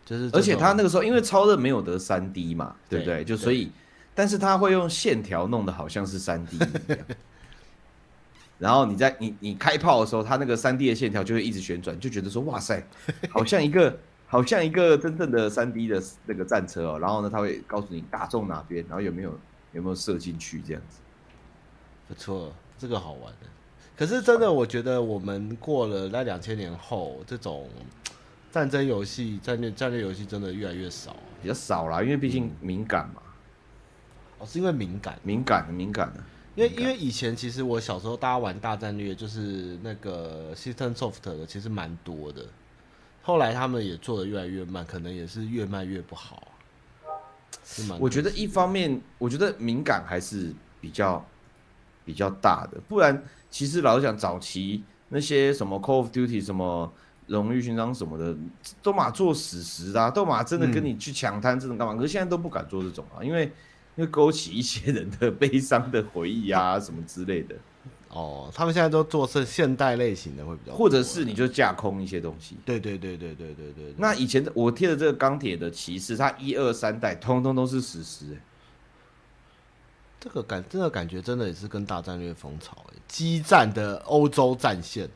A: 就是这
B: 而且
A: 种
B: 他那个时候因为超热没有得三 D 嘛，对不
A: 对
B: 对？就所以，但是他会用线条弄得好像是三 D 一 样。然后你在你你开炮的时候，他那个三 D 的线条就会一直旋转，就觉得说哇塞，好像一个 好像一个真正的三 D 的那个战车哦。然后呢，他会告诉你打中哪边，然后有没有有没有射进去这样子。
A: 不错，这个好玩的。可是真的，我觉得我们过了那两千年后，这种战争游戏、战略战略游戏真的越来越少
B: 比较少啦，因为毕竟敏感嘛，
A: 哦，是因为敏感。
B: 敏感的敏感啊的。
A: 因为因为以前其实我小时候大家玩大战略，就是那个 System Soft 的，其实蛮多的。后来他们也做的越来越慢，可能也是越卖越不好。是蛮
B: 我觉得一方面，我觉得敏感还是比较比较大的，不然其实老实讲，早期那些什么 Call of Duty 什么荣誉勋章什么的，都马做史实的、啊，都马真的跟你去抢滩这种干嘛？可是现在都不敢做这种啊，因为因为勾起一些人的悲伤的回忆啊，什么之类的，
A: 哦，他们现在都做是现代类型的会比较多，
B: 或者是你就架空一些东西。
A: 对对对对对对对对。
B: 那以前的我贴的这个钢铁的骑士，它一二三代通通都是史实、欸，
A: 这个感，这个感觉真的也是跟大战略风潮、欸，激战的欧洲战线，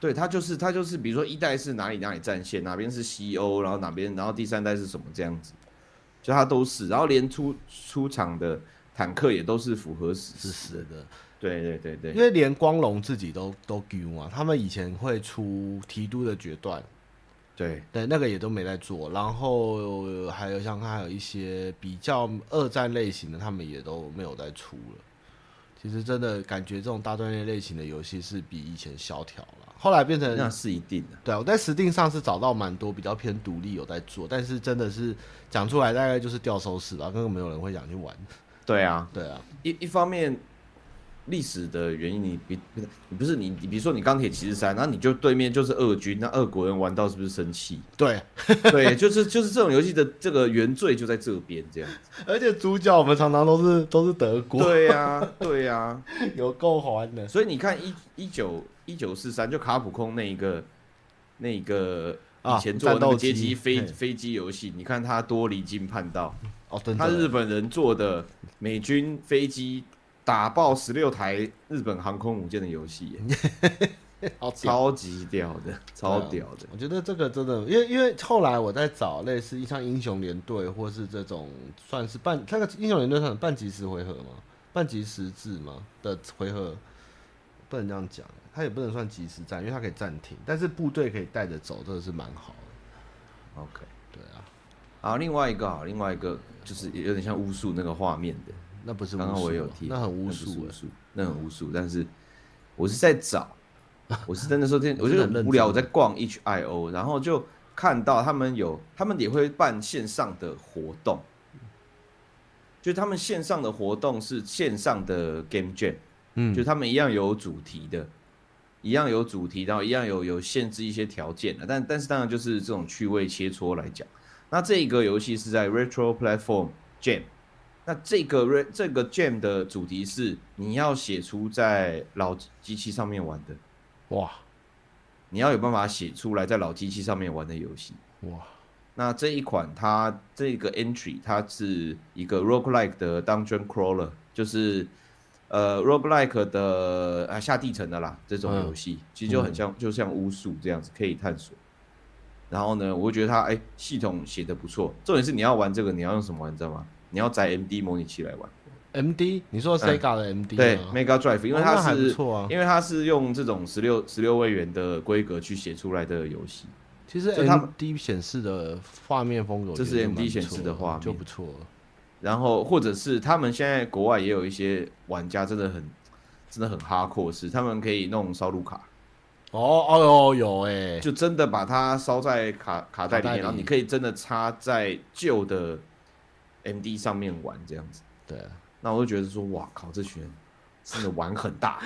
B: 对，它就是它就是，比如说一代是哪里哪里战线，哪边是西欧，然后哪边，然后第三代是什么这样子，就它都是，然后连出出场的坦克也都是符合史
A: 是
B: 实
A: 是
B: 的。
A: 的，
B: 对对对对
A: 因为连光荣自己都都丢啊，他们以前会出提督的决断，
B: 对，
A: 对，那个也都没在做，然后呃还有像还有一些比较二战类型的，他们也都没有再出了。其实真的感觉这种大战略类型的游戏是比以前萧条了，后来变成
B: 那是一定的。
A: 对啊，我在 Steam 上是找到蛮多比较偏独立有在做，但是真的是讲出来大概就是掉收视吧，根本没有人会想去玩。
B: 对啊，
A: 对啊，
B: 一一方面历史的原因，你比不是你不是你，你比如说你钢铁骑士三，那你就对面就是俄军，那俄国人玩到是不是生气？
A: 对，
B: 对，就是就是这种游戏的这个原罪就在这边这样子。
A: 而且主角我们常常都是都是德国，
B: 对呀、对啊呀、
A: 有够好玩的
B: 所以你看一一九一九四三，就卡普空那一个那一个
A: 啊
B: 以前做的那
A: 战
B: 个
A: 斗机
B: 街机飞
A: 嘿
B: 飞机游戏，你看他多离经叛道，
A: 哦，真
B: 他日
A: 的。
B: 本人做的美军飞机打爆十六台日本航空母舰的游戏耶，
A: 欸好哦屌
B: 超级屌
A: 啊
B: 的，超屌的。
A: 我觉得这个真的，因为因为后来我在找类似像英雄联队或是这种算是半那个英雄联队算是半即时回合吗？半即时制吗的回合不能这样讲，它也不能算即时战，因为它可以暂停，但是部队可以带着走，这个是蛮好的。
B: OK，
A: 对啊，
B: 好，另外一个好，另外一个就是有点像巫术那个画面的，
A: 那不是
B: 刚刚
A: 巫术
B: 我也有
A: 吗
B: 提，
A: 那很巫
B: 不是
A: 术
B: 巫
A: 欸
B: 术，那很巫术，但是我是在找， 我是真的说 天，我
A: 真
B: 就
A: 的很认
B: 无聊，我
A: 真
B: 在逛 HIO，然后就看到他们有，他们也会办线上的活动，就他们线上的活动是线上的 Game Jam，
A: 嗯，
B: 就他们一样有主题的，一样有主题，然后一样有有限制一些条件的，但但是当然就是这种趣味切磋来讲。那这个游戏是在 Retro Platform Jam，那这个 Re 这个 Jam 的主题是你要写出在老机器上面玩的，
A: 哇
B: 你要有办法写出来在老机器上面玩的游戏。
A: 哇，
B: 那这一款它这个 entry 它是一个 roguelike 的 dungeon crawler，就是呃 roguelike 的啊下地层的啦这种游戏，其实就很像、就像巫术这样子可以探索。然后呢，我会觉得它哎、系统写的不错，重点是你要玩这个你要用什么玩，你知道吗？你要载 MD 模拟器来玩，
A: M D，你说 Sega 的 M D
B: 对
A: 吗？
B: Mega Drive，因为
A: 哦
B: 它
A: 那还
B: 是、
A: 不错啊
B: 因为它是用这种十六十六位元的规格去写出来的游戏，
A: 其实
B: 就他
A: M D 显示的画面风格我觉得
B: 这是
A: 就蛮
B: MD
A: 不
B: 显
A: 错
B: 示的画面
A: 就不错了。
B: 然后或者是他们现在国外也有一些玩家真的很真的很哈阔，是他们可以弄烧录卡，
A: 哦哦哟有哎，
B: 就真的把它烧在卡卡带里
A: 卡带
B: 面，
A: 里
B: 然后你可以真的插在旧的 MD 上面玩这样子。
A: 对。啊
B: 那我就觉得说，哇靠，这群人真的玩很 大，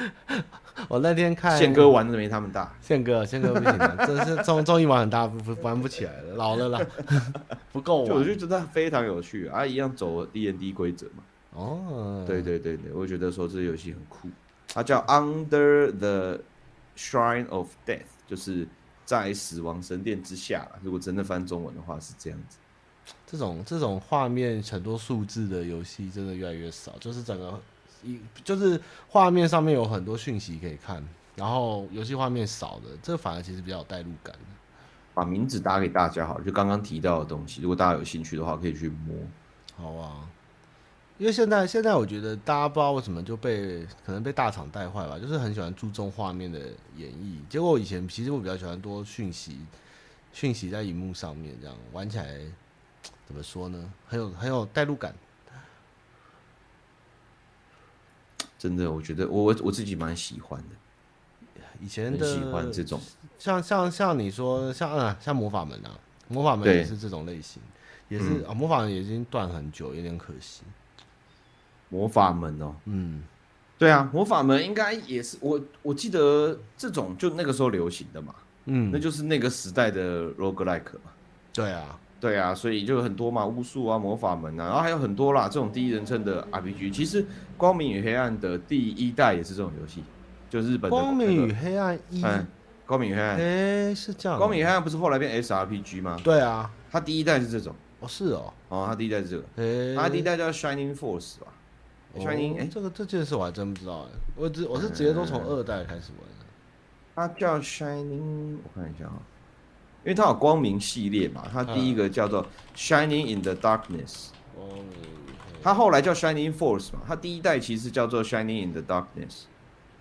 A: 我那天看
B: 宪哥玩的没他们大。
A: 宪哥，宪哥不行了，真是综综艺玩很大，不不玩不起来了，老了啦，不够
B: 就我
A: 玩。
B: 就觉得非常有趣啊，一样走 D N D 规则嘛。
A: 哦，
B: 对，对对对，我觉得说这游戏很酷，它叫 Under the Shrine of Death，就是在死亡神殿之下啦如果真的翻中文的话是这样子。
A: 这种这种画面很多数字的游戏真的越来越少，就是整个一就是画面上面有很多讯息可以看，然后游戏画面少的，这反而其实比较有代入感。
B: 把名字打给大家好了，就刚刚提到的东西，如果大家有兴趣的话，可以去摸。
A: 好啊，因为现在现在我觉得大家不知道为什么就被可能被大厂带坏吧，就是很喜欢注重画面的演绎。结果我以前其实我比较喜欢多讯息，讯息在荧幕上面这样玩起来，怎么说呢？很有很有代入感。
B: 真的，我觉得我我我自己蛮喜欢的，
A: 以前
B: 很
A: 的
B: 喜欢这种。
A: 像像像你说像啊像魔法门啊，魔法门
B: 对嗯
A: 也是这种类型，也是、啊魔法门已经断很久，有点可惜。
B: 魔法门哦，
A: 嗯，
B: 对啊，魔法门应该也是我我记得这种就那个时候流行的嘛，
A: 嗯
B: 那就是那个时代的 roguelike 嘛。
A: 对啊，
B: 对啊，所以就有很多嘛，巫术啊、魔法门啊，然后还有很多啦，这种第一人称的 RPG。其实《光明与黑暗》的第一代也是这种游戏，就日本的
A: 光明与
B: 那
A: 黑暗一
B: 个，嗯，光明与黑
A: 哎、
B: 暗，
A: 是这样哦、
B: 光明与黑暗不是后来变 SRPG 吗？
A: 对啊，
B: 它第一代是这种，
A: 哦是哦，
B: 哦，它第一代是这个，
A: 诶、
B: 它第一代叫 Shining Force 吧，Shining，哎
A: 哦，这个这件事我还真不知道哎，我只我是直接都
B: 嗯
A: 从二代开始玩的。
B: 它叫 Shining，我看一下啊、因为它有光明系列嘛，它第一个叫做 Shining in the Darkness，
A: 哦，
B: 它后来叫 Shining Force 嘛，它第一代其实叫做 Shining in the Darkness，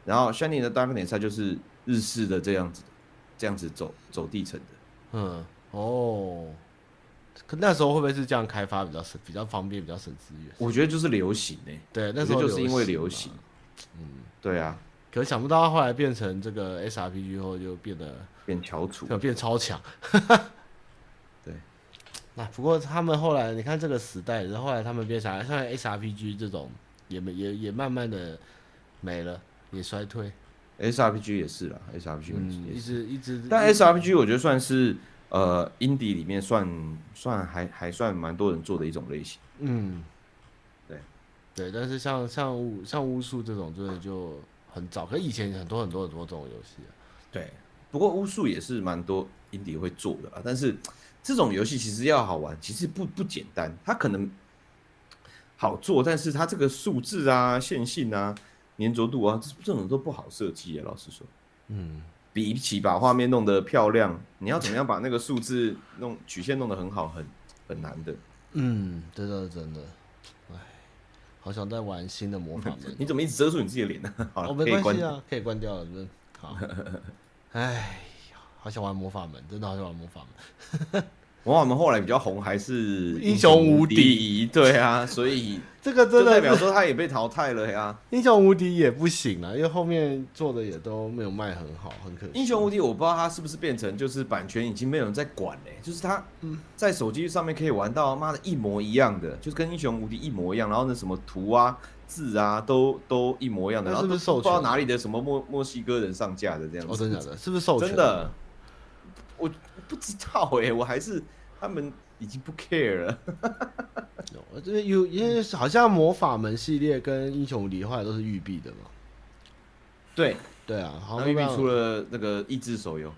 B: 然后 Shining in the Darkness 它就是日式的这样子，这样子走走地层的，
A: 嗯，哦，可那时候会不会是这样开发比较省、比较方便、比较省资源？
B: 我觉得就是流行呢、
A: 对，那
B: 我
A: 时
B: 觉
A: 候啊
B: 得就是因为流
A: 嘛
B: 行，
A: 嗯
B: 对啊，
A: 可想不到它后来变成这个 SRPG 后就变得
B: 变翘楚，
A: 变超强。
B: 对，
A: 那、不过他们后来你看这个时代，然后后来他们变啥？像 SRPG 这种也没也也慢慢的没了，也衰退。
B: ，SRPG 也是啦，SRPG
A: 嗯，
B: 也
A: 一
B: 是，
A: 直一直，
B: 但 SRPG 我觉得算是呃 indie 里面算算还还算蛮多人做的一种类型，
A: 嗯，
B: 对
A: 对，但是像像巫像巫术这种，真的就很早，可以前很多很多很多这种游戏、啊，
B: 对，不过巫术也是蛮多 indie 会做的啦，但是这种游戏其实要好玩，其实不不简单，它可能好做，但是它这个数字啊、线性啊、粘着度啊，这这种都不好设计啊。老实说，嗯，比起把画面弄得漂亮，你要怎么样把那个数字弄曲线弄得很好，很很难的。。
A: 嗯，真的真的，唉，好想再玩新的魔法门
B: 你怎么一直遮住你自己的脸呢、 好了，
A: 哦，
B: 可以
A: 没关
B: 关
A: 系啊，可以关掉了，是不是？好， 唉，好想玩魔法门，真的好想玩魔法门。
B: 往往我们后来比较红还是
A: 英雄无敌
B: 敌，对啊，所以
A: 这个
B: 就
A: 真
B: 代
A: 的
B: 表
A: 是
B: 说他也被淘汰了啊呀、
A: 英雄无敌也不行啊，因为后面做的也都没有卖很好，很可惜。
B: 英雄无敌，我不知道它是不是变成就是版权已经没有人在管嘞、就是它
A: 嗯
B: 在手机上面可以玩到妈的一模一样的，就是跟英雄无敌一模一样，然后那什么图啊、字啊都都一模一样的，
A: 那
B: 然后
A: 是不
B: 都
A: 是授
B: 不知道
A: 权
B: 哪里的什么墨墨西哥人上架的这样
A: 哦，
B: 子，
A: 真的假的？是不是授权？
B: 真的，我不知道哎、我还是他们已经不 care 了，
A: 有，哦这个有，因为好像魔法门系列跟英雄无敌后来都是育碧的嘛。
B: 对，
A: 对啊，好
B: 然后
A: 像
B: 育碧
A: 都
B: 出了那个益智手游，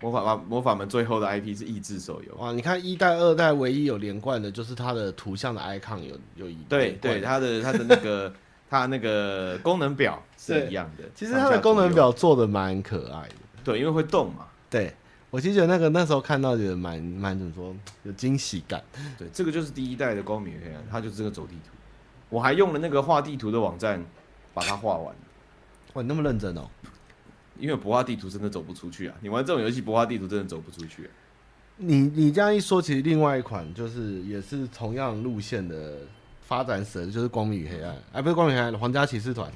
B: 魔法啊魔法门最后的 IP 是益智手游。
A: 哇，你看一代、二代唯一有连贯的，就是它的图像的 icon 有有一
B: 对
A: 连贯
B: 对，它的它的那个它那个功能表是
A: 对
B: 一样的。
A: 其实
B: 上
A: 它的
B: 下
A: 功能
B: 左右，
A: 表做的蛮可爱的。
B: 对，因为会动嘛。
A: 对我其实觉得那个那时候看到觉得蛮蛮怎么说，有惊喜感。
B: 对，这个就是第一代的光明与黑暗，它就是个走地图。我还用了那个画地图的网站把它画完，
A: 哇，你那么认真哦？
B: 因为不画地图真的走不出去啊！你玩这种游戏不画地图真的走不出去啊、
A: 你你这样一说，其实另外一款就是也是同样路线的发展史，就是《光明与黑暗》，哎，不是《光明与黑暗》，《皇家骑士团》。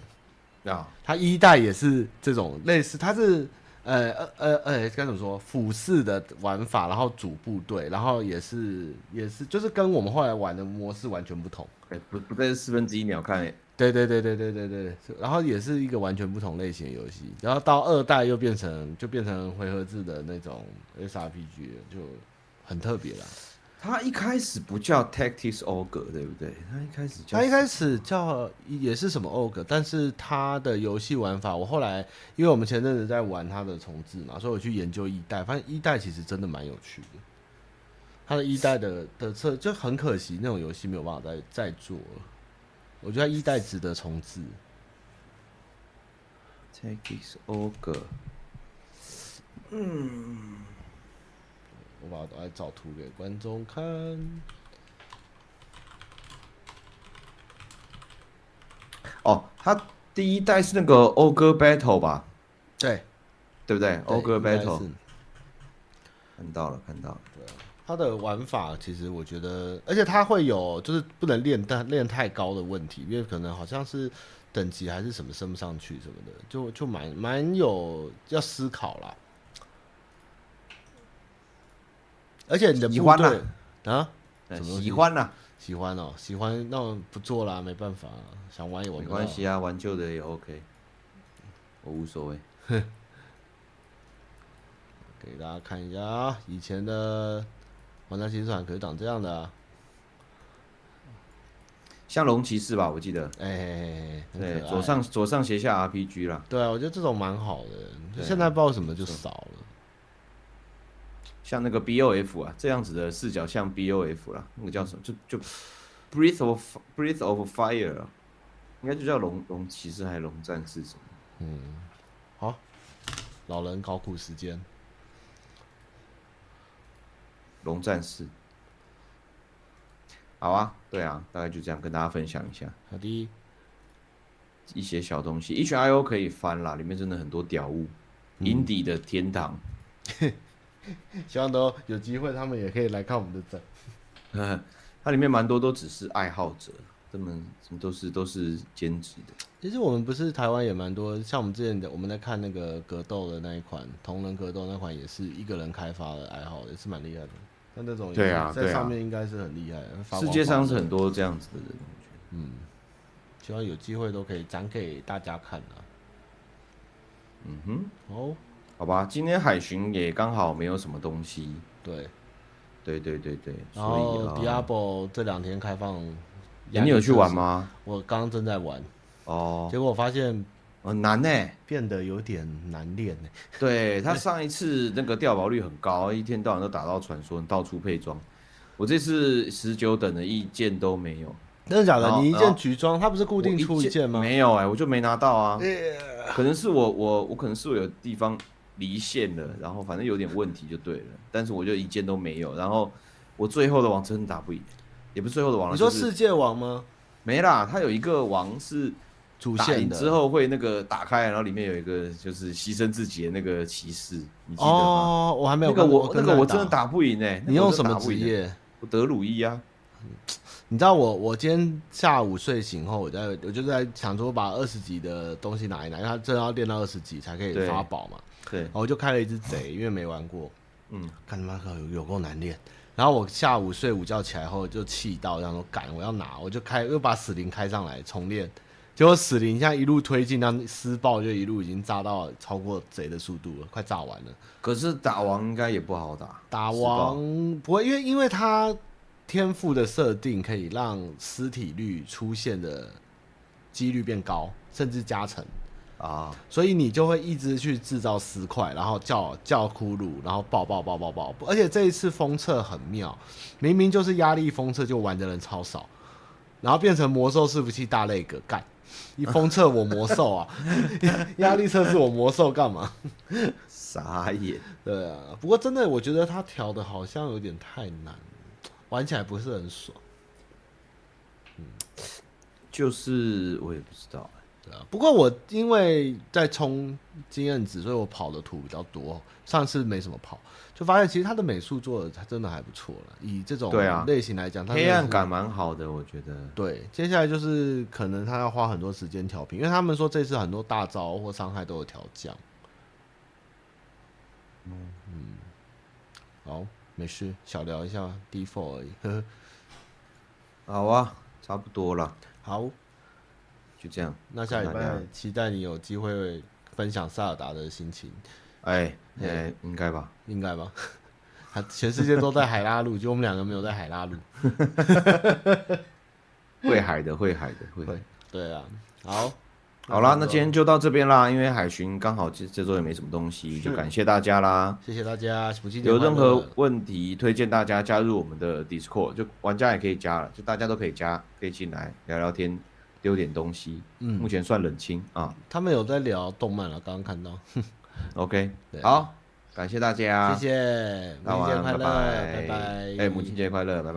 B: 啊。
A: 它一代也是这种类似，它是呃呃呃呃该怎么说俯视的玩法，然后组部队，然后也是也是就是跟我们后来玩的模式完全不同。
B: 哎不不在四分之一鸟看、哎
A: 对对对对对对对，然后也是一个完全不同类型的游戏，然后到二代又变成就变成回合制的那种 SRPG，了就很特别啦。
B: 它一开始不叫 Tactics Ogre，对不对？它一开始叫
A: 它一开始叫也是什么 OG，但是它的游戏玩法，我后来因为我们前阵子在玩它的重置嘛，所以我去研究一代，发现一代其实真的蛮有趣的。它的一代的的策就很可惜，那种游戏没有办法再再做了。我觉得它一代值得重置。
B: Tactics Ogre，
A: 我把我来找图给观众看。
B: 哦，它第一代是那个 Ogre Battle 吧？
A: 对，
B: 对不对
A: 对
B: ？Ogre
A: 应该
B: Battle
A: 是
B: 看到了，看到了。
A: 它的玩法其实我觉得，而且它会有就是不能练太练太高的问题，因为可能好像是等级还是什么升不上去什么的，就就蛮蛮有要思考啦。而且你的
B: 喜
A: 部
B: 欢啦
A: 队啊，
B: 呃
A: 什么东西
B: 喜欢啦，
A: 喜欢哦，喜欢那不做啦，没办法，想玩也玩
B: 没
A: 不
B: 关
A: 到
B: 系啊，玩旧的也 OK，我无所谓。
A: 给大家看一下啊，以前的玩家骑士团可是长这样的、啊，
B: 像龙骑士吧，我记得，
A: 哎、很
B: 对
A: 可，爱
B: 左上左上斜下 RPG 啦，
A: 对啊，我觉得这种蛮好的，
B: 对
A: 就
B: 啊
A: 现在不知道为什么就少了。
B: 像那个 BOF 啊，这样子的视角像 BOF 啦，那个叫什么？就就 Breath of Breath of Fire，啊应该就叫龙龙骑士还是龙战士什么？
A: 好，老人考古时间，
B: 龙战士。好啊，对啊，大概就这样跟大家分享一下
A: 好的，
B: 一些小东西。HIO 可以翻啦，里面真的很多屌物、i
A: 嗯
B: n d i e 的天堂。
A: 希望都有机会，他们也可以来看我们的展。
B: 它里面蛮多都只是爱好者，他们都是都是兼职的。
A: 其实我们不是台湾也蛮多，像我们之前的我们在看那个格斗的那一款同人格斗那款，也是一个人开发的爱好，也是蛮厉害的。那那种也
B: 对啊对
A: 在
B: 啊
A: 上面应该是很厉害的。发光
B: 世界上是
A: 发热
B: 很多这样子的人，我觉得。
A: 希望有机会都可以展给大家看啊。
B: 嗯哼，
A: 哦，
B: 好吧，今天海巡也刚好没有什么东西。
A: 对，
B: 对对对对，
A: 然
B: 所
A: 后
B: 以啊，
A: Diablo 这两天开放，
B: 哎你有去玩？吗？
A: 我刚刚正在玩，
B: 哦，
A: 结果我发现
B: 很难呢、
A: 变得有点难练呢、
B: 对他上一次那个掉毛率很高，一天到晚都打到传说，到处配装。我这次十九等的意见都没有，
A: 真的假
B: 然
A: 的？
B: 后
A: 你一
B: 然
A: 件
B: 后
A: 橘装，它不是固定
B: 哦我
A: 出一件吗？
B: 没有哎、我就没拿到啊。
A: 哎
B: 可能是我我我可能是我有地方离线了，然后反正有点问题就对了，但是我就一件都没有。然后我最后的王真的打不赢，也不是最后的王了，
A: 你说
B: 就
A: 世界王吗？
B: 没啦，它有一个王是
A: 主
B: 打
A: 线
B: 赢
A: 的
B: 之后会那个打开，然后里面有一个就是牺牲自己的那个骑士，你记得吗？
A: 哦，我还没有
B: 那个
A: 看过
B: 我那个我真的，
A: 看
B: 打不赢哎、那个
A: 你用
B: 我真
A: 什
B: 的
A: 么
B: 打不
A: 职
B: 赢欸？
A: 业？
B: 我德鲁伊啊，
A: 你知道我我今天下午睡醒后，我在我就在想说把二十级的东西拿一拿，因为它真的要练到二十级才可以
B: 对
A: 发宝嘛。
B: 对
A: 然，后我就开了一只贼，因为没玩过，
B: 嗯，
A: 看他妈可有有够难练。然后我下午睡午觉起来后就气到，然后赶我要拿，我就开又把死灵开上来重练，结果死灵现在一路推进，让施暴就一路已经炸到超过贼的速度了，快炸完了。
B: 可是打王应该也不好打，
A: 打
B: 是吧
A: 王不会，因为因为他天赋的设定可以让尸体率出现的几率变高，甚至加成，
B: 啊，
A: 所以你就会一直去制造尸块，然后叫叫骷髅，然后爆爆爆爆爆。而且这一次封测很妙，明明就是压力封测，就玩的人超少，然后变成魔兽伺服器大类格干。 你封测我魔兽啊， 压力测试我魔兽干嘛？
B: 傻眼。
A: 对啊，不过真的，我觉得他调的好像有点太难了，玩起来不是很爽。
B: 就是我也不知道，
A: 对啊，不过我因为在冲经验值，所以我跑的图比较多。上次没什么跑，就发现其实他的美术做的真的还不错了。以这种
B: 对啊
A: 类型来讲，它真
B: 黑
A: 的是
B: 暗。感蛮好的，我觉得。
A: 对，接下来就是可能他要花很多时间调频，因为他们说这次很多大招或伤害都有调降。嗯，好，没事，小聊一下 D four 而已。呵呵
B: 好啊，差不多了，
A: 好，
B: 就这样。
A: 那下礼
B: 看大
A: 拜啊
B: 家
A: 期待你有机会分享萨尔达的心情，
B: 哎，哎，应该吧。
A: 应该吧？ 他全世界都在海拉路，就我们两个没有在海拉路。
B: 会海的，会海的，会海的。
A: 对啊，好，
B: 好啦，那今天就到这边啦，因为海巡刚好这这周也没什么东西，就感谢大家啦。
A: 谢谢大家，母亲节
B: 有任
A: 快乐
B: 何问题，推荐大家加入我们的 Discord，就玩家也可以加了，就大家都可以加，可以进来聊聊天，丢点东西。
A: 嗯
B: 目前算冷清啊。
A: 他们有在聊动漫了，刚刚看到，
B: OK，
A: 对
B: 好，感谢大家，
A: 谢谢，母
B: 大
A: 亲节
B: 家
A: 快乐，拜
B: 拜
A: 拜，
B: 哎，母亲节快乐，拜拜。